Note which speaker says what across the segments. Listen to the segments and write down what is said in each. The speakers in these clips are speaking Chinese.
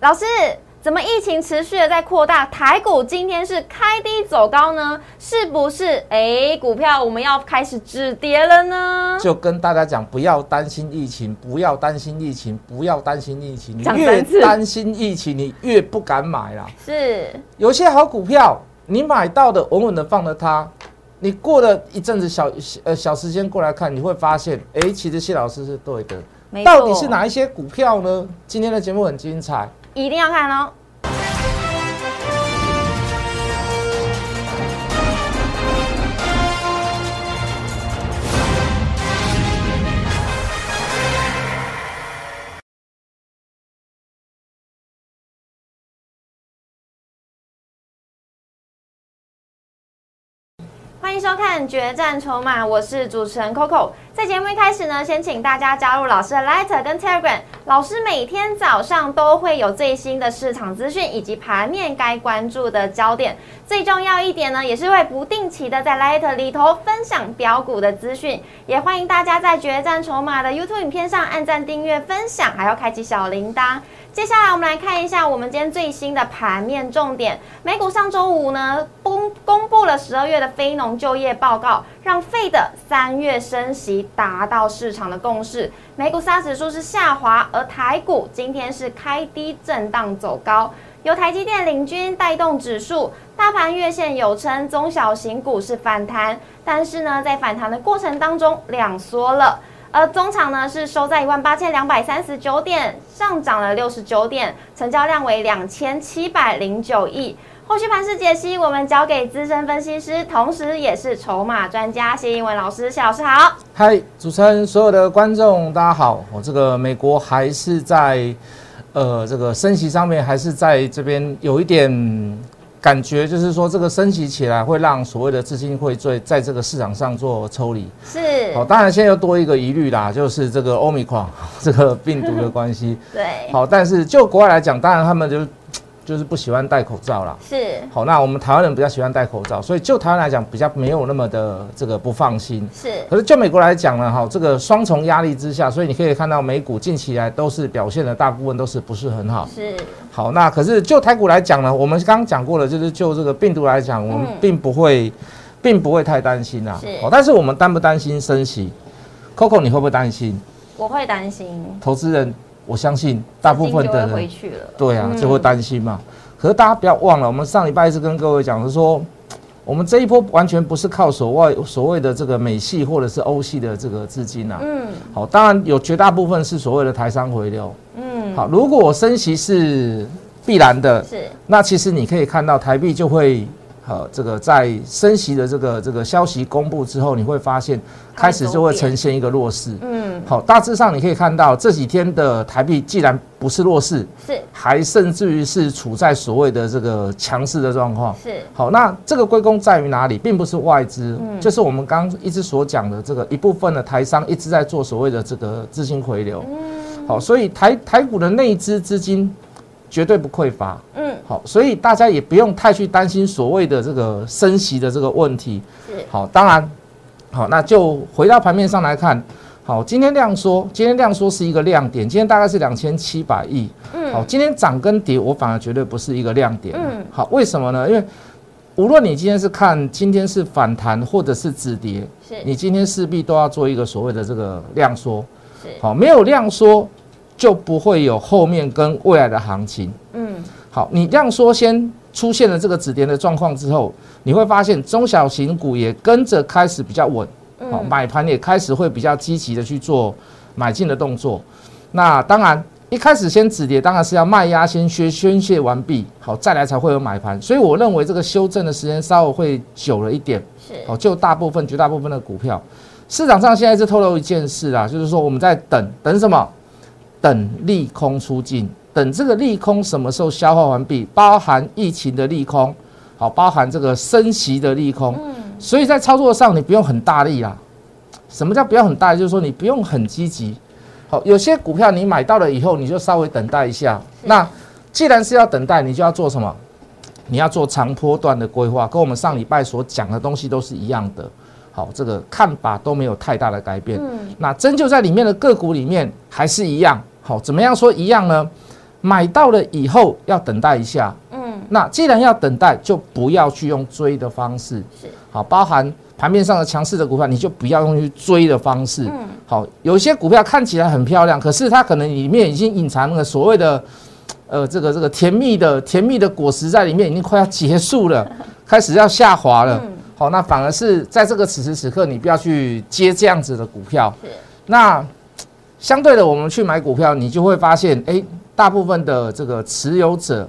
Speaker 1: 老师，怎么疫情持续的在扩大，台股今天是开低走高呢？是不是？哎，股票我们要开始止跌了呢？
Speaker 2: 就跟大家讲，不要担心疫情，不要担心疫情，不要担心疫情。你
Speaker 1: 讲
Speaker 2: 越
Speaker 1: 三次
Speaker 2: 担心疫情，你越不敢买啦。
Speaker 1: 是，
Speaker 2: 有些好股票，你买到的稳稳的放着它，你过了一阵子小呃小时间过来看，你会发现，哎、其实谢老师是对的。
Speaker 1: 没
Speaker 2: 到底
Speaker 1: 错
Speaker 2: 是哪一些股票呢？今天的节目很精彩。
Speaker 1: 一定要看哦。欢迎收看《决战筹码》，我是主持人 Coco。在节目一开始呢，先请大家加入老师的 Lighter 跟 Telegram。老师每天早上都会有最新的市场资讯以及盘面该关注的焦点。最重要一点呢，也是会不定期的在 Lighter 里头分享标股的资讯。也欢迎大家在《决战筹码》的 YouTube 影片上按赞、订阅、分享，还要开启小铃铛。接下来我们来看一下我们今天最新的盘面重点。美股上周五呢公公布了十二月的非农就业报告，让费的三月升息达到市场的共识。美股三指数是下滑，而台股今天是开低震荡走高，由台积电领军带动指数。大盘月线有称中小型股是反弹，但是呢，在反弹的过程当中两缩了。而中场呢是收在一万八千两百三十九点，上涨了六十九点，成交量为两千七百零九亿。后续盘势解析，我们交给资深分析师，同时也是筹码专家谢英文老师。谢老师好，
Speaker 2: 嗨，主持人，所有的观众，大家好。哦我、这个美国还是在，呃，这个升息上面还是在这边有一点感觉，就是说这个升息起来会让所谓的资金会最在这个市场上做抽离。
Speaker 1: 是
Speaker 2: 好、，当然现在又多一个疑虑啦，就是这个欧米狂 这个病毒的关系。
Speaker 1: 对，
Speaker 2: 好，但是就国外来讲，当然他们就就是不喜欢戴口罩啦。
Speaker 1: 是
Speaker 2: 好，那我们台湾人比较喜欢戴口罩，所以就台湾来讲，比较没有那么的这个不放心。
Speaker 1: 是
Speaker 2: 可是就美国来讲呢，哈，这个双重压力之下，所以你可以看到美股近期来都是表现的大部分都是不是很好。
Speaker 1: 是
Speaker 2: 好，那可是就台股来讲呢，我们刚刚讲过了，就是就这个病毒来讲，我们
Speaker 1: 嗯
Speaker 2: 并不会，并不会太担心啊
Speaker 1: 是。
Speaker 2: 好，但是我们担不担心升息？Coco，你会不会担心？
Speaker 1: 我会担心，
Speaker 2: 投资人，我相信大部分
Speaker 1: 资金就
Speaker 2: 的
Speaker 1: 会回
Speaker 2: 人，
Speaker 1: 去了，
Speaker 2: 对啊，
Speaker 1: 嗯
Speaker 2: 就会担心嘛。可是大家不要忘了，我们上礼拜是跟各位讲，是说我们这一波完全不是靠所谓所谓的这个美系或者是欧系的这个资金啊。
Speaker 1: 嗯
Speaker 2: 好，当然有绝大部分是所谓的台商回流。
Speaker 1: 嗯，
Speaker 2: 好，如果升息是必然的，
Speaker 1: 是
Speaker 2: 那其实你可以看到台币就会。呃，这个在升息的这个这个消息公布之后，你会发现开始就会呈现一个弱势。
Speaker 1: 嗯
Speaker 2: 好，大致上你可以看到这几天的台币既然不是弱势，
Speaker 1: 是
Speaker 2: 还甚至于是处在所谓的这个强势的状况。
Speaker 1: 是
Speaker 2: 好，那这个归功在于哪里？并不是外资，就是我们刚刚一直所讲的这个一部分的台商一直在做所谓的这个资金回流。好，所以台台股的内资资金绝对不匮乏。
Speaker 1: 嗯
Speaker 2: 好，所以大家也不用太去担心所谓的这个升息的这个问题。
Speaker 1: 是
Speaker 2: 好，当然，好，那就回到盘面上来看。好，今天量缩，今天量缩是一个亮点，今天大概是两千七百亿。好，
Speaker 1: 嗯
Speaker 2: 今天涨跟跌，我反而觉得不是一个亮点。
Speaker 1: 嗯
Speaker 2: 好，为什么呢？因为无论你今天是看今天是反弹或者是止跌，
Speaker 1: 是
Speaker 2: 你今天势必都要做一个所谓的这个量缩。
Speaker 1: 是
Speaker 2: 好，没有量缩就不会有后面跟未来的行情。
Speaker 1: 嗯
Speaker 2: 好，你量缩先出现了这个止跌的状况之后，你会发现中小型股也跟着开始比较稳，好、
Speaker 1: 嗯
Speaker 2: 买盘也开始会比较积极的去做买进的动作。那当然，一开始先止跌，当然是要卖压先宣宣泄完毕，好再来才会有买盘。所以我认为这个修正的时间稍微会久了一点，
Speaker 1: 是
Speaker 2: 好，哦就大部分绝大部分的股票，市场上现在是透露一件事啊，就是说我们在等等什么？等利空出尽，等这个利空什么时候消化完毕？包含疫情的利空，好，包含这个升息的利空。
Speaker 1: 嗯
Speaker 2: 所以在操作上你不用很大力啦。什么叫不要很大力？就是说你不用很积极。好，有些股票你买到了以后，你就稍微等待一下。那既然是要等待，你就要做什么？你要做长波段的规划，跟我们上礼拜所讲的东西都是一样的。好，这个看法都没有太大的改变。
Speaker 1: 嗯
Speaker 2: 那针灸在里面的个股里面还是一样。好，怎么样说一样呢？买到了以后要等待一下。
Speaker 1: 嗯，
Speaker 2: 那既然要等待，就不要去用追的方式。
Speaker 1: 是，
Speaker 2: 好，包含盘面上的强势的股票，你就不要用去追的方式。
Speaker 1: 嗯
Speaker 2: 好，有些股票看起来很漂亮，可是它可能里面已经隐藏了所谓的，呃，这个这个甜蜜的甜蜜的果实在里面，已经快要结束 了，开始要下滑了。
Speaker 1: 嗯
Speaker 2: 好，那反而是在这个此时此刻，你不要去接这样子的股票。
Speaker 1: 是，
Speaker 2: 那相对的，我们去买股票，你就会发现，哎，大部分的这个持有者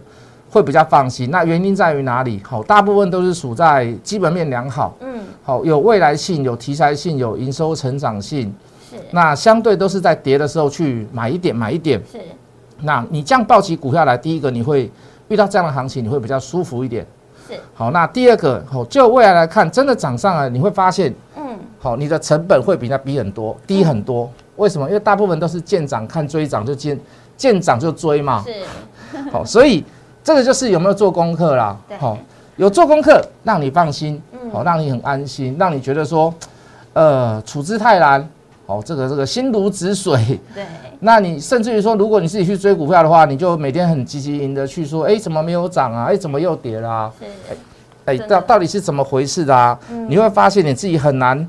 Speaker 2: 会比较放心。那原因在于哪里？好，大部分都是属在基本面良好，
Speaker 1: 嗯
Speaker 2: 好有未来性、有题材性、有营收成长性。
Speaker 1: 是
Speaker 2: 那相对都是在跌的时候去买一点，买一点。
Speaker 1: 是，
Speaker 2: 那你这样抱起股票来，第一个你会遇到这样的行情，你会比较舒服一点。
Speaker 1: 是，
Speaker 2: 好，那第二个，好，就未来来看，真的涨上来，你会发现
Speaker 1: 嗯
Speaker 2: 好，你的成本会比它低很多，低很多。为什么？因为大部分都是见涨看追涨，就见见涨就追嘛。
Speaker 1: 是，
Speaker 2: 好，所以这个就是有没有做功课啦
Speaker 1: 对。
Speaker 2: 好，有做功课，让你放心，
Speaker 1: 嗯
Speaker 2: 好，让你很安心，让你觉得说，呃，处之泰然。好，这个这个心如止水。
Speaker 1: 对，
Speaker 2: 那你甚至于说，如果你自己去追股票的话，你就每天很积极营的去说，哎，怎么没有涨啊？哎，怎么又跌啦、
Speaker 1: 是，
Speaker 2: 哎，
Speaker 1: 真的
Speaker 2: 到到底是怎么回事的啊？
Speaker 1: 嗯
Speaker 2: 你会发现你自己很难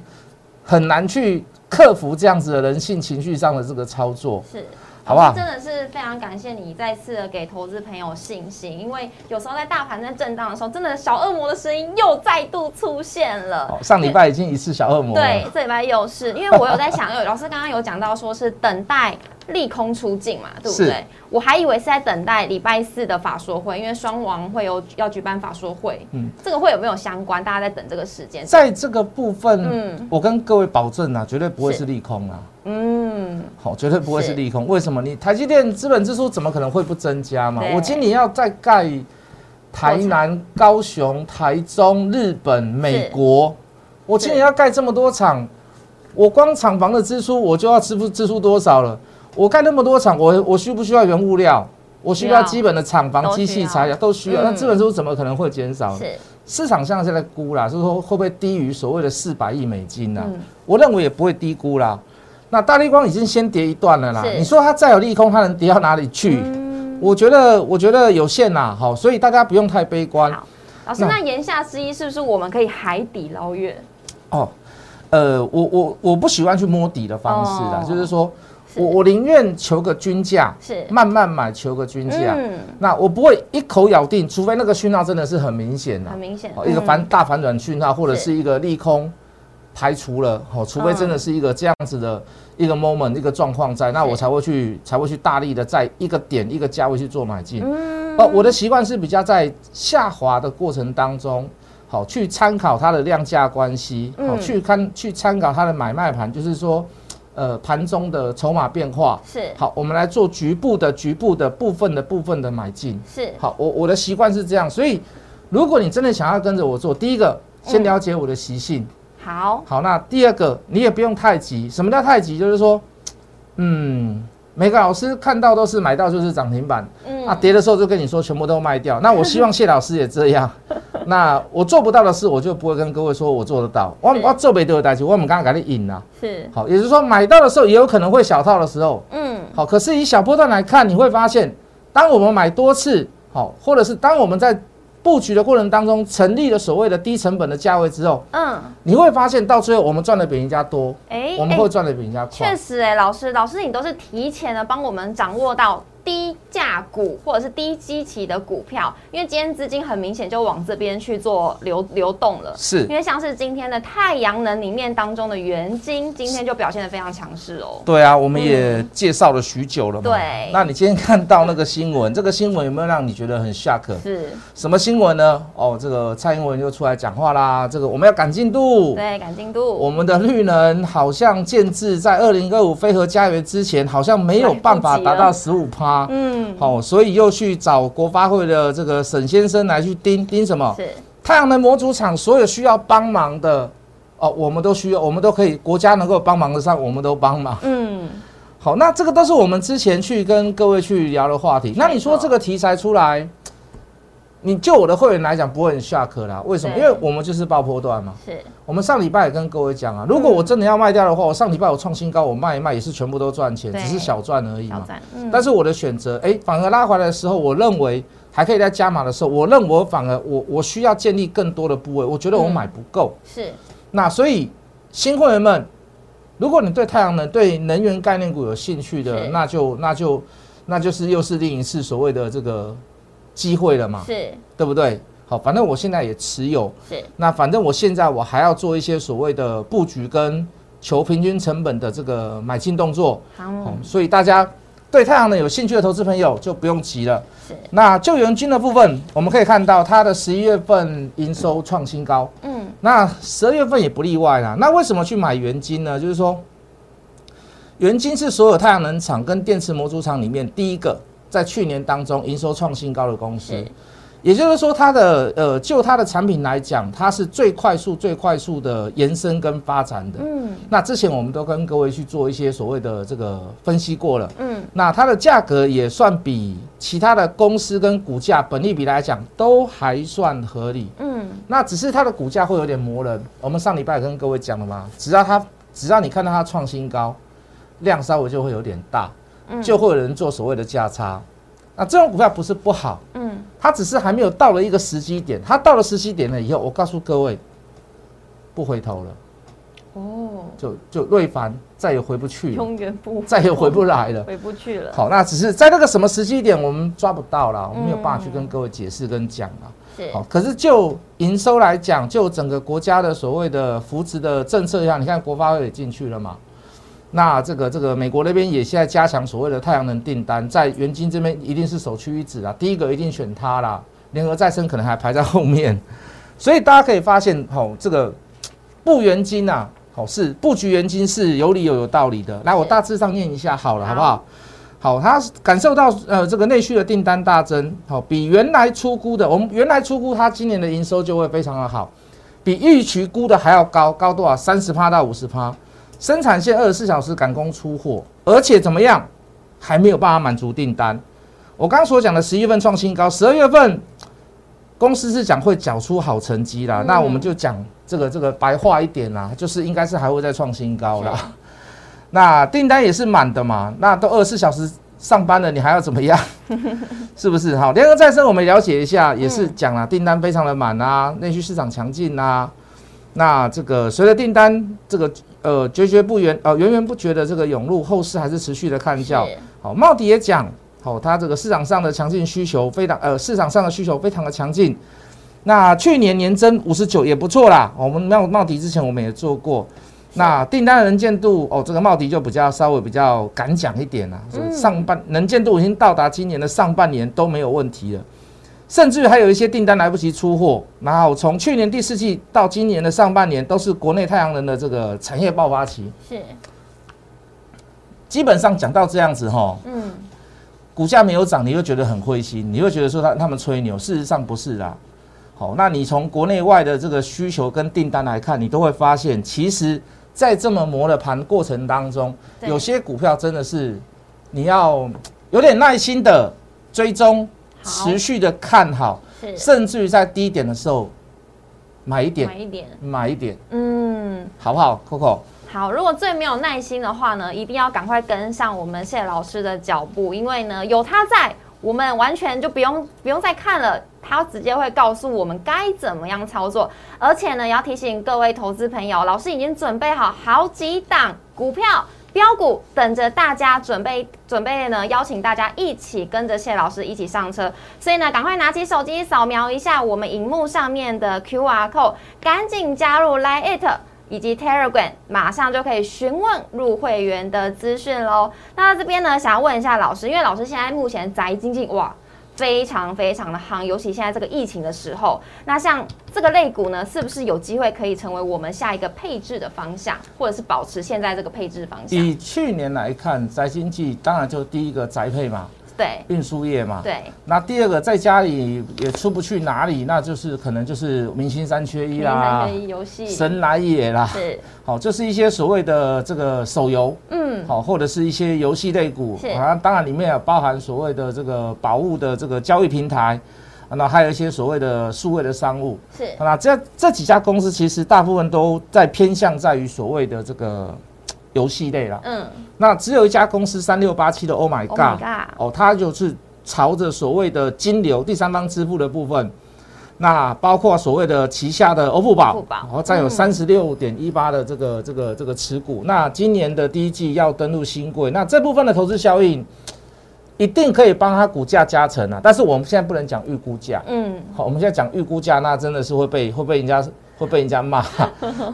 Speaker 2: 很难去克服这样子的人性情绪上的这个操作，
Speaker 1: 是。
Speaker 2: 好不好
Speaker 1: 真？的是非常感谢你再次的给投资朋友信心，因为有时候在大盘在震荡的时候，真的小恶魔的声音又再度出现了。
Speaker 2: 好，上礼拜已经一次小恶魔
Speaker 1: 对
Speaker 2: 了，，
Speaker 1: 这礼拜又是，因为我有在想，有老师刚刚有讲到说是等待利空出尽嘛，对不
Speaker 2: 是
Speaker 1: 对？我还以为是在等待礼拜四的法说会，因为双王会有要举办法说会，嗯
Speaker 2: 嗯，
Speaker 1: 这个会有没有相关？大家在等这个时间，
Speaker 2: 在这个部分
Speaker 1: 嗯，
Speaker 2: 我跟各位保证啊，绝对不会
Speaker 1: 是
Speaker 2: 是利空啊，
Speaker 1: 嗯，
Speaker 2: 好，绝对不会
Speaker 1: 是
Speaker 2: 是利空。为什么？你台积电资本支出怎么可能会不增加嘛
Speaker 1: 对？
Speaker 2: 我今年要再盖台南、高雄、台中、日本、美国，我今年要盖这么多厂，我光厂房的支出我就要支付支出多少了？我盖那么多厂，我我需不需要原物料？我需不需要
Speaker 1: 需要
Speaker 2: 基本的厂
Speaker 1: 都
Speaker 2: 房、
Speaker 1: 需要
Speaker 2: 机器材料都需要，那
Speaker 1: 嗯
Speaker 2: 资本支出怎么可能会减少？
Speaker 1: 是，
Speaker 2: 市场上现在估啦，就是说会不会低于所谓的四百亿美金呢、
Speaker 1: 嗯
Speaker 2: 我认为也不会低估啦。那大立光已经先跌一段了啦
Speaker 1: 是，嗯
Speaker 2: 你说它再有利空，它能跌到哪里去？我觉得，我觉得有限啦，好，所以大家不用太悲观
Speaker 1: 好老师，那言下之意是不是我们可以海底捞月？
Speaker 2: 哦。呃，我我我不喜欢去摸底的方式啦，
Speaker 1: 哦
Speaker 2: 就是说我我宁愿求个均价，
Speaker 1: 是
Speaker 2: 慢慢买求个均价。
Speaker 1: 嗯，
Speaker 2: 那我不会一口咬定，除非那个讯号真的是很明显啦
Speaker 1: 很。明显，
Speaker 2: 哦，一个
Speaker 1: 嗯
Speaker 2: 反大反转讯号，或者
Speaker 1: 是
Speaker 2: 是一个利空排除了，哦，除非
Speaker 1: 嗯
Speaker 2: 真的是一个这样子的一个 moment 一个状况在，那
Speaker 1: 是
Speaker 2: 我才会去才会去大力的在一个点一个价位去做买进。
Speaker 1: 嗯
Speaker 2: 哦，我的习惯是比较在下滑的过程当中，好去参考它的量价关系，好
Speaker 1: 嗯
Speaker 2: 去看去参考它的买卖盘，就是说，呃，盘中的筹码变化。
Speaker 1: 是
Speaker 2: 好，我们来做局部的、局部的、部分的、部分的买进。
Speaker 1: 是
Speaker 2: 好，我我的习惯是这样，所以如果你真的想要跟着我做，第一个先了解我的习性，
Speaker 1: 好，
Speaker 2: 好，那第二个你也不用太急。什么叫太急？就是说，嗯，每个老师看到都是买到就是涨停板，
Speaker 1: 嗯
Speaker 2: 啊，跌的时候就跟你说全部都卖掉。那我希望谢老师也这样。那我做不到的事，我就不会跟各位说我做得到。我
Speaker 1: 是
Speaker 2: 我做不到的代志，我们刚刚给你引了。啊
Speaker 1: 是
Speaker 2: 好，也就是说买到的时候也有可能会小套的时候，
Speaker 1: 嗯
Speaker 2: 好，可是以小波段来看，你会发现，当我们买多次，好，或者是当我们在布局的过程当中成立了所谓的低成本的价位之后，
Speaker 1: 嗯，
Speaker 2: 你会发现到最后我们赚的比人家多，
Speaker 1: 哎
Speaker 2: 我们
Speaker 1: 哎
Speaker 2: 会赚的比人家快。
Speaker 1: 确实哎、老师，老师你都是提前的帮我们掌握到低价股或者是低基期的股票，因为今天资金很明显就往这边去做流流动了。
Speaker 2: 是
Speaker 1: 因，为像是今天的太阳能里面当中的元晶，今天就表现得非常强势哦。
Speaker 2: 对啊，我们也介绍了许久了嘛。
Speaker 1: 对
Speaker 2: 那你今天看到那个新闻，这个新闻有没有让你觉得很 shock？
Speaker 1: 是，
Speaker 2: 什么新闻呢？哦，这个蔡英文又出来讲话啦，这个我们要赶进度。
Speaker 1: 对，赶进
Speaker 2: 哦我
Speaker 1: 度，
Speaker 2: 们的绿能好像建制在二零二五飞核家园之前，好像没有办法达
Speaker 1: 来
Speaker 2: 到
Speaker 1: 不
Speaker 2: 十五趴。
Speaker 1: 嗯，
Speaker 2: 好、所以又去找国发会的这个沈先生来去盯盯什么？
Speaker 1: 是，
Speaker 2: 太阳能模组厂所有需要帮忙的，哦，我们都需要，我们都可以，国家能够帮忙得上，我们都帮忙。
Speaker 1: 嗯，
Speaker 2: 好，那这个都是我们之前去跟各位去聊的话题。那你说这个题材出来，你就我的会员来讲，不会很下课啦。为什么？因
Speaker 1: 对
Speaker 2: 为我们就是爆波段嘛。
Speaker 1: 是
Speaker 2: 我们上礼拜也跟各位讲啊，如果我真的要卖掉的话，我上礼拜我创新高，我卖一卖也是全部都赚钱，
Speaker 1: 对
Speaker 2: 只是小赚而已
Speaker 1: 小
Speaker 2: 嘛。
Speaker 1: 赚，嗯
Speaker 2: 但是我的选择，哎，反而拉回来的时候，我认为还可以再加码的时候，我认为我反而我我需要建立更多的部位，我觉得我
Speaker 1: 嗯
Speaker 2: 买不够。
Speaker 1: 是
Speaker 2: 那所以新会员们，如果你对太阳能、对能源概念股有兴趣的，
Speaker 1: 是
Speaker 2: 那就那就那就是又是另一次所谓的这个机会了嘛，
Speaker 1: 是
Speaker 2: 对不对？好，反正我现在也持有，
Speaker 1: 是
Speaker 2: 那反正我现在我还要做一些所谓的布局跟求平均成本的这个买进动作，
Speaker 1: 好
Speaker 2: 哦，所以大家对太阳能有兴趣的投资朋友就不用急了。
Speaker 1: 是
Speaker 2: 那救援金的部分，我们可以看到它的十一月份营收创新高，
Speaker 1: 嗯
Speaker 2: 那十二月份也不例外啦。那为什么去买元金呢？就是说，元金是所有太阳能厂跟电池模组厂里面第一个在去年当中营收创新高的公司
Speaker 1: 是。
Speaker 2: 也就是说，它的呃，就它的产品来讲，它是最快速、最快速的延伸跟发展的。
Speaker 1: 嗯
Speaker 2: 那之前我们都跟各位去做一些所谓的这个分析过了。
Speaker 1: 嗯
Speaker 2: 那它的价格也算比其他的公司跟股价本利比来讲都还算合理。
Speaker 1: 嗯
Speaker 2: 那只是它的股价会有点磨人。我们上礼拜跟各位讲了嘛，只要它只要你看到它创新高，量稍微就会有点大，
Speaker 1: 嗯
Speaker 2: 就会有人做所谓的价差。那这种股票不是不好，
Speaker 1: 嗯
Speaker 2: 它只是还没有到了一个时机点。它到了时机点了以后，我告诉各位，不回头了，
Speaker 1: 哦，
Speaker 2: 就就瑞凡再也回不去了，
Speaker 1: 永远不
Speaker 2: 再也回不来了。
Speaker 1: 回不去了，
Speaker 2: 好，那只是在那个什么时机点，我们抓不到啦，我们没有办法去
Speaker 1: 嗯
Speaker 2: 跟各位解释跟讲啊啦。
Speaker 1: 是
Speaker 2: 好，可是就营收来讲，就整个国家的所谓的扶持的政策下，你看国发会也进去了嘛。那这个这个美国那边也现在加强所谓的太阳能订单，在元晶这边一定是首屈一指啦，啊第一个一定选它啦，联合再生可能还排在后面。所以大家可以发现，吼、这个布元晶啊，好、是布局元晶是有理由有道理的。来，我
Speaker 1: 是
Speaker 2: 大致上念一下好了，
Speaker 1: 好
Speaker 2: 好不好？好，他感受到呃这个内需的订单大增，好、比原来出估的，我们原来出估它今年的营收就会非常的好，比预期估的还要高，高多少？三十趴到五十趴，生产线二十四小时赶工出货，而且怎么样，还没有办法满足订单。我刚刚所讲的十一月份创新高，十二月份公司是讲会缴出好成绩啦，
Speaker 1: 嗯
Speaker 2: 那我们就讲这个这个白话一点啦，就是应该是还会再创新高啦。那订单也是满的嘛，那都二十四小时上班了，你还要怎么样？是不是？好，联合再生我们了解一下，也是讲了订单非常的满啊，内需市场强劲啊。那这个随着订单这个呃决绝不源呃源源不绝的这个涌入，后市还是持续的看哦效。
Speaker 1: 是
Speaker 2: 好，茂迪也讲，好、它这个市场上的强劲需求非常，呃，市场上的需求非常的强劲。那去年年增五十九也不错啦，我们茂茂迪之前我们也做过。那订单的能见度哦，这个茂迪就比较稍微比较敢讲一点啦，就
Speaker 1: 嗯
Speaker 2: 上半能见度已经到达今年的上半年都没有问题了，甚至还有一些订单来不及出货，然后从去年第四季到今年的上半年都是国内太阳能的这个产业爆发期。
Speaker 1: 是
Speaker 2: 基本上讲到这样子吼，
Speaker 1: 嗯
Speaker 2: 股价没有涨，你会觉得很灰心，你会觉得说他他们吹牛，事实上不是啦。好，那你从国内外的这个需求跟订单来看，你都会发现，其实，在这么磨的盘过程当中，
Speaker 1: 对
Speaker 2: 有些股票真的是你要有点耐心的追踪，
Speaker 1: 好
Speaker 2: 持续的看好，
Speaker 1: 是
Speaker 2: 甚至于在低点的时候买一
Speaker 1: 买
Speaker 2: 点，
Speaker 1: 一点
Speaker 2: 买一点，
Speaker 1: 嗯。
Speaker 2: 好不好，Coco？
Speaker 1: 好，如果最没有耐心的话呢，一定要赶快跟上我们谢老师的脚步，因为呢有他在，我们完全就不用不用再看了，他直接会告诉我们该怎么样操作。而且呢，也要提醒各位投资朋友，老师已经准备好好几档股票。标股等着大家准备准备呢，邀请大家一起跟着谢老师一起上车，所以呢，赶快拿起手机扫描一下我们荧幕上面的 QR code，赶紧加入 Line It 以及 Telegram，马上就可以询问入会员的资讯喽。那这边呢，想要问一下老师，因为老师现在目前宅经济哇。非常非常的夯，尤其现在这个疫情的时候，那像这个类股呢，是不是有机会可以成为我们下一个配置的方向，或者是保持现在这个配置方向？
Speaker 2: 以去年来看，宅经济当然就第一个宅配嘛，
Speaker 1: 对
Speaker 2: 运输业嘛，
Speaker 1: 对，
Speaker 2: 那第二个在家里也出不去哪里，那就是可能就是明星三缺
Speaker 1: 零
Speaker 2: 一啊啦
Speaker 1: 三缺、一游戏
Speaker 2: 神来也啦，
Speaker 1: 是
Speaker 2: 好，就是一些所谓的这个手游，
Speaker 1: 嗯
Speaker 2: 好，或者是一些游戏类股
Speaker 1: 是，
Speaker 2: 啊，当然里面也包含所谓的这个宝物的这个交易平台。啊那还有一些所谓的数位的商务，
Speaker 1: 是
Speaker 2: 那这这几家公司其实大部分都在偏向在于所谓的这个嘖游戏类啦。
Speaker 1: 嗯
Speaker 2: 那只有一家公司三六八七的 Oh My
Speaker 1: ，Oh my
Speaker 2: God，
Speaker 1: god，
Speaker 2: 哦，它就是朝着所谓的金流第三方支付的部分，那包括所谓的旗下的欧付
Speaker 1: 欧
Speaker 2: 宝
Speaker 1: 付宝，
Speaker 2: 然后占有
Speaker 1: 嗯
Speaker 2: 三十六点一八的这个这个这个持股。那今年的第一季要登陆新贵，那这部分的投资效应一定可以帮它股价加成啊。但是我们现在不能讲预估价，
Speaker 1: 嗯，
Speaker 2: 好，我们现在讲预估价，那真的是会被会被人家会被人 家骂，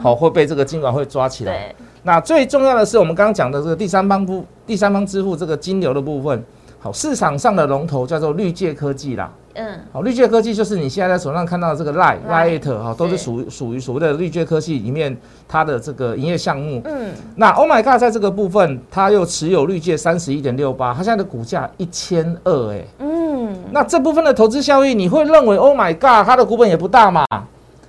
Speaker 2: 好，会被这个金管会抓起来。
Speaker 1: 对，
Speaker 2: 那最重要的是，我们刚刚讲的这个第三方部、第三方支付这个金流的部分，好，市场上的龙头叫做绿界科技啦。
Speaker 1: 嗯
Speaker 2: 好，绿界科技就是你现在在手上看到的这个 Line、
Speaker 1: Line，
Speaker 2: Lite 哈，都是
Speaker 1: 是
Speaker 2: 属于属于所谓的绿界科技里面它的这个营业项目。
Speaker 1: 嗯，
Speaker 2: 那 Oh my God，在这个部分，它又持有绿界三十一点六八，它现在的股价一千二，哎，
Speaker 1: 嗯，
Speaker 2: 那这部分的投资效益，你会认为 Oh my God，它的股本也不大嘛？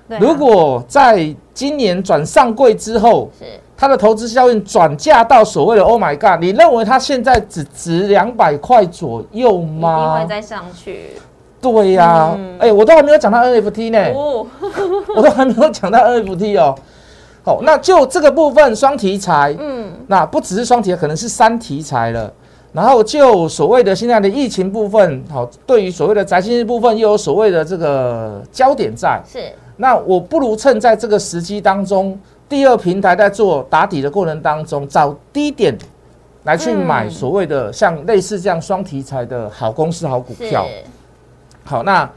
Speaker 1: 对啊
Speaker 2: 如果在今年转上柜之后，
Speaker 1: 是
Speaker 2: 它的投资效应转嫁到所谓的 Oh my God，你认为它现在只值两百块左右
Speaker 1: 一定
Speaker 2: 吗
Speaker 1: 会？再上去，
Speaker 2: 对呀、哎、
Speaker 1: 嗯
Speaker 2: 我都还没有讲到 NFT 呢，
Speaker 1: 哦，
Speaker 2: 我都还没有讲到 NFT 哦。好，那就这个部分双题材，
Speaker 1: 嗯，
Speaker 2: 那不只是双题，可能是三题材了。然后就所谓的现在的疫情部分，好，对于所谓的宅经济部分，又有所谓的这个焦点在。
Speaker 1: 是
Speaker 2: 那我不如趁在这个时机当中，第二平台在做打底的过程当中，找低点来去买
Speaker 1: 嗯
Speaker 2: 所谓的像类似这样双题材的好公司、好股
Speaker 1: 是，
Speaker 2: 票。好，那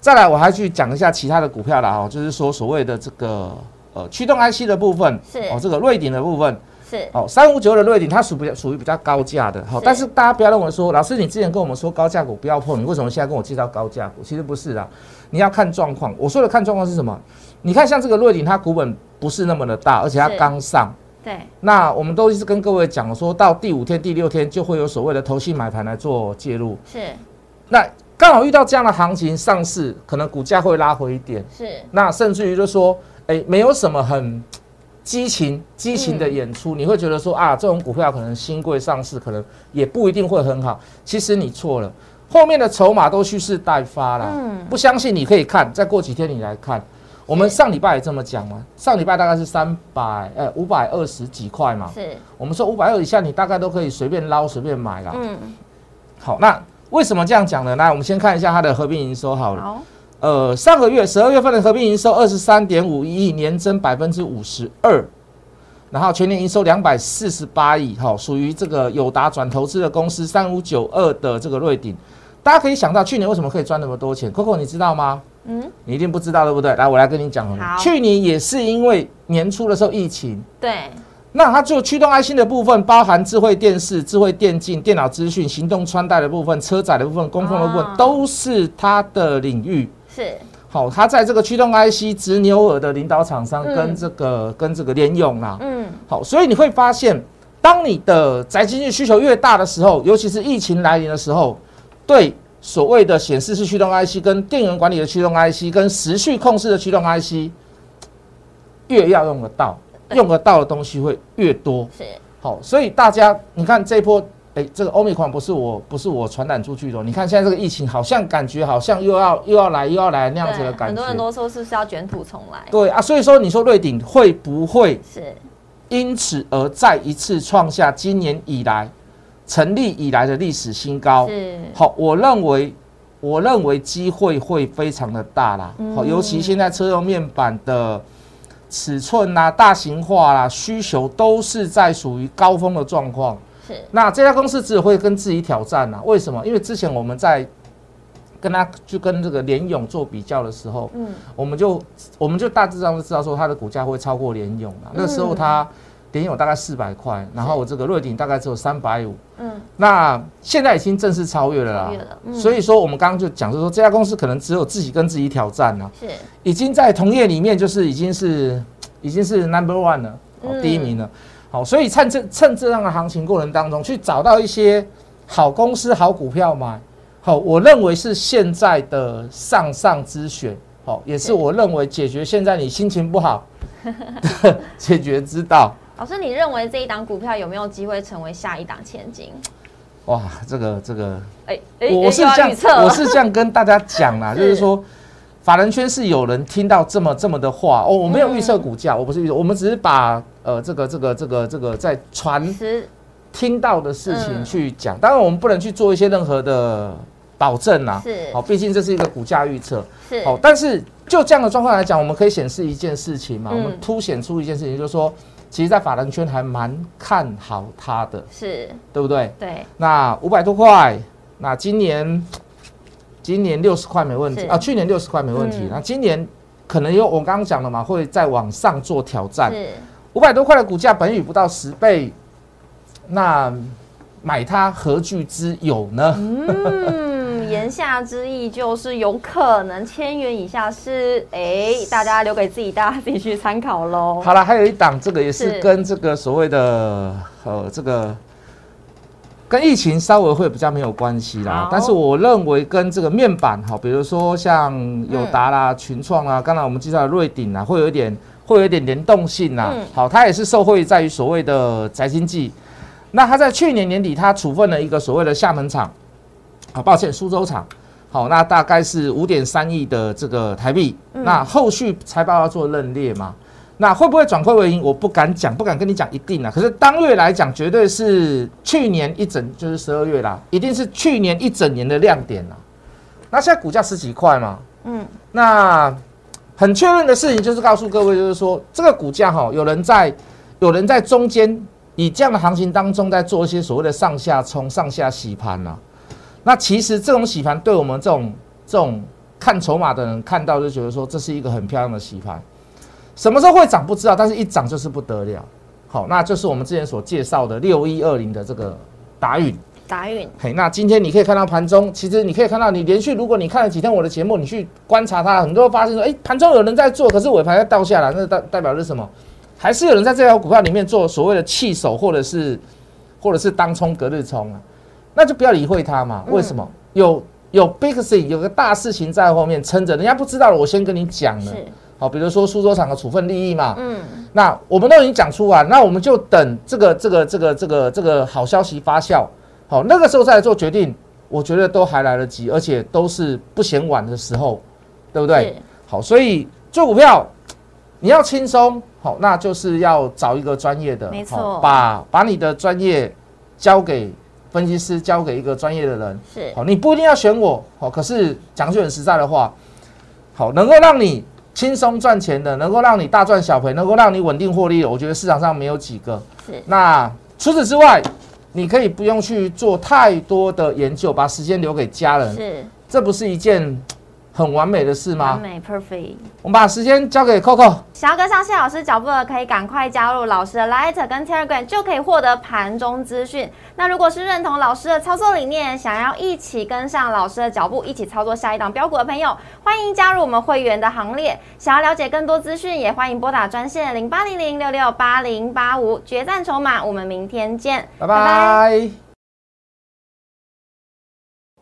Speaker 2: 再来我还去讲一下其他的股票啦，哦，就是说所谓的这个呃驱动 IC 的部分，
Speaker 1: 是
Speaker 2: 哦，这个瑞鼎的部分，
Speaker 1: 是，
Speaker 2: 哦，三五九的瑞鼎它属比较属于比较高价的，好、
Speaker 1: 是
Speaker 2: 但是大家不要认为说，老师你之前跟我们说高价股不要碰，你为什么现在跟我介绍高价股？其实不是啦，你要看状况。我说的看状况是什么？你看像这个瑞鼎，它股本不是那么的大，而且它
Speaker 1: 是
Speaker 2: 刚上。
Speaker 1: 对，
Speaker 2: 那我们都一直跟各位讲说，到第五天、第六天就会有所谓的投信买盘来做介入。
Speaker 1: 是
Speaker 2: 那刚好遇到这样的行情上市，可能股价会拉回一点。
Speaker 1: 是，
Speaker 2: 那甚至于就说，哎，没有什么很激情激情的演出，你会觉得说啊，这种股票可能新贵上市，可能也不一定会很好。其实你错了，后面的筹码都蓄势待发啦。
Speaker 1: 嗯
Speaker 2: 不相信你可以看，再过几天你来看。我们上礼拜也这么讲嘛，上礼拜大概是三百呃五百二十几块嘛，
Speaker 1: 是，
Speaker 2: 我们说五百二以下你大概都可以随便捞随便买啦。
Speaker 1: 嗯，
Speaker 2: 好，那为什么这样讲呢？那我们先看一下它的合并营收好了。
Speaker 1: 好，
Speaker 2: 呃，上个月十二月份的合并营收二十三点五亿，年增百分之五十二，然后全年营收两百四十八亿，哈、属于这个友达转投资的公司三五九二的这个瑞鼎，大家可以想到去年为什么可以赚那么多钱？Coco 你知道吗？
Speaker 1: 嗯，
Speaker 2: 你一定不知道对不对？来，我来跟你讲
Speaker 1: 好，
Speaker 2: 去年也是因为年初的时候疫情。
Speaker 1: 对，
Speaker 2: 那它就驱动 IC 的部分，包含智慧电视、智慧电竞、电脑资讯、行动穿戴的部分、车载的部分、工控的部分，
Speaker 1: 啊
Speaker 2: 都是它的领域。
Speaker 1: 是
Speaker 2: 好，它在这个驱动 IC 直牛耳的领导厂商
Speaker 1: 嗯
Speaker 2: 跟这个、跟这个联咏啦。
Speaker 1: 嗯，
Speaker 2: 好，所以你会发现，当你的宅经济需求越大的时候，尤其是疫情来临的时候，对所谓的显示式驱动 IC、跟电源管理的驱动 IC、跟时序控制的驱动 IC，越要用得到，
Speaker 1: 对
Speaker 2: 用得到的东西会越多。
Speaker 1: 是
Speaker 2: 好，所以大家你看这一波，哎，这个欧米狂不是我不是我传染出去的哦，你看现在这个疫情，好像感觉好像又要又要来又要来那样子的
Speaker 1: 对，
Speaker 2: 感
Speaker 1: 很
Speaker 2: 觉
Speaker 1: 多。人都说是不是要卷土重来？
Speaker 2: 对啊，所以说你说瑞鼎会不会
Speaker 1: 是，
Speaker 2: 因此而再一次创下今年以来成立以来的历史新高？
Speaker 1: 是，
Speaker 2: 好，我认为我认为机会会非常的大啦。
Speaker 1: 嗯
Speaker 2: 好，尤其现在车用面板的尺寸啦、大型化啦、需求都是在属于高峰的状况。
Speaker 1: 是，
Speaker 2: 那这家公司只会跟自己挑战啊？为什么？因为之前我们在跟他就跟这个联勇做比较的时候，
Speaker 1: 嗯，
Speaker 2: 我们就我们就大致上就知道说它的股价会超过联勇啊。那时
Speaker 1: 嗯
Speaker 2: 候它联勇大概四百块，然后我这个瑞鼎大概只有三百五。
Speaker 1: 嗯，
Speaker 2: 那现在已经正式超越了啦
Speaker 1: 超越了，嗯
Speaker 2: 所以说我们刚刚就讲，就是说这家公司可能只有自己跟自己挑战啊了、
Speaker 1: 是，
Speaker 2: 已经在同业里面就是已经是已经是 number one 了，好
Speaker 1: 嗯
Speaker 2: 第一名了。好，所以趁这趁这样的行情过程当中，去找到一些好公司、好股票买。好，我认为是现在的上上之选。好，也是
Speaker 1: 对
Speaker 2: 我认为解决现在你心情不好的解决之道。
Speaker 1: 老师，你认为这一档股票有没有机会成为下一档千金？
Speaker 2: 哇，这个这个，
Speaker 1: 哎哎，
Speaker 2: 我我是
Speaker 1: 又要
Speaker 2: 这样
Speaker 1: 预测了，
Speaker 2: 我是这样跟大家讲 啦，
Speaker 1: 是
Speaker 2: 就是说，法人圈是有人听到这么这么的话哦，我没有预测
Speaker 1: 嗯
Speaker 2: 股价，我不是预测，我们只是把呃这个这个这个这个在传
Speaker 1: 是
Speaker 2: 听到的事情
Speaker 1: 嗯
Speaker 2: 去讲，当然我们不能去做一些任何的保证啦，
Speaker 1: 是
Speaker 2: 好，毕竟这是一个股价预测，
Speaker 1: 是
Speaker 2: 好，但是就这样的状况来讲，我们可以显示一件事情嘛，我
Speaker 1: 嗯
Speaker 2: 们凸显出一件事情，就是说，其实，在法人圈还蛮看好它的，
Speaker 1: 是，
Speaker 2: 对不对？
Speaker 1: 对，
Speaker 2: 那五百多块，那今年今年六十块没问题
Speaker 1: 是
Speaker 2: 啊，去年六十块没问题
Speaker 1: 嗯，
Speaker 2: 那今年可能有我刚刚讲的嘛，会再往上做挑战。
Speaker 1: 是
Speaker 2: 五百多块的股价，本宇不到十倍，那买它何惧之有呢？
Speaker 1: 嗯，言下之意就是有可能千元以下是哎，大家留给自己，大家自己去参考喽。
Speaker 2: 好了，还有一档，这个也
Speaker 1: 是
Speaker 2: 是跟这个所谓的呃这个。跟疫情稍微会比较没有关系啦
Speaker 1: 好，
Speaker 2: 但是我认为跟这个面板哈，比如说像
Speaker 1: 嗯
Speaker 2: 友达啦、群创啦，刚才我们介绍的瑞鼎啊啦，会有一点会有一点联动性啦。
Speaker 1: 嗯
Speaker 2: 好，它也是受惠在于所谓的宅经济。那它在去年年底，它处分了一个所谓的厦门厂，啊，抱歉，苏州厂。好，那大概是五点三亿的这个台币。那后续财报要做认列嘛？那会不会转亏为盈？我不敢讲，不敢跟你讲一定啊。可是当月来讲，绝对是去年一整，就是十二月啦，一定是去年一整年的亮点啦。那现在股价十几块嘛，
Speaker 1: 嗯，
Speaker 2: 那很确认的事情就是告诉各位，就是说这个股价哈，有人在有人在中间以这样的行情当中在做一些所谓的上下冲、上下洗盘啦、那其实这种洗盘对我们这种这种看筹码的人看到就觉得说这是一个很漂亮的洗盘，什么时候会涨不知道，但是一涨就是不得了。好，那就是我们之前所介绍的六一二零的这个达运。
Speaker 1: 打运
Speaker 2: 嘿，那今天你可以看到盘中，其实你可以看到，你连续如果你看了几天我的节目，你去观察它，很多发现说，哎、盘中有人在做，可是哎尾盘要倒下来，那代代表的是什么？还是有人在这条股票里面做所谓的弃手，或者是或者是当冲隔日冲啊，那就不要理会它嘛。为什么？有有 big thing，有个大事情在后面撑着，人家不知道了，我先跟你讲了。
Speaker 1: 是，
Speaker 2: 好，比如说苏州厂的处分利益嘛，
Speaker 1: 嗯，
Speaker 2: 那我们都已经讲出来，那我们就等这个这个这个这个这个好消息发酵，好，那个时候再来做决定，我觉得都还来得及，而且都是不嫌晚的时候，对不对？好，所以做股票你要轻松，好，那就是要找一个专业的，
Speaker 1: 没
Speaker 2: 好
Speaker 1: 错
Speaker 2: 把把你的专业交给分析师，交给一个专业的人，
Speaker 1: 是是，
Speaker 2: 好，你不一定要选我，好，可是讲句很实在的话，好，能够让你轻松赚钱的，能够让你大赚小赔，能够让你稳定获利的，我觉得市场上没有几个。
Speaker 1: 是
Speaker 2: 那除此之外，你可以不用去做太多的研究，把时间留给家人，
Speaker 1: 是，
Speaker 2: 这不是一件很完美的事
Speaker 1: 完
Speaker 2: 吗？
Speaker 1: 美 perfect。
Speaker 2: 我们把时间交给 Coco。
Speaker 1: 想要跟上谢老师脚步的，可以赶快加入老师的 Light 跟 Telegram，就可以获得盘中资讯。那如果是认同老师的操作理念，想要一起跟上老师的脚步，一起操作下一档标股的朋友，欢迎加入我们会员的行列。想要了解更多资讯，也欢迎拨打专线零八零零六六八零八五决战筹码。我们明天见，
Speaker 2: 拜拜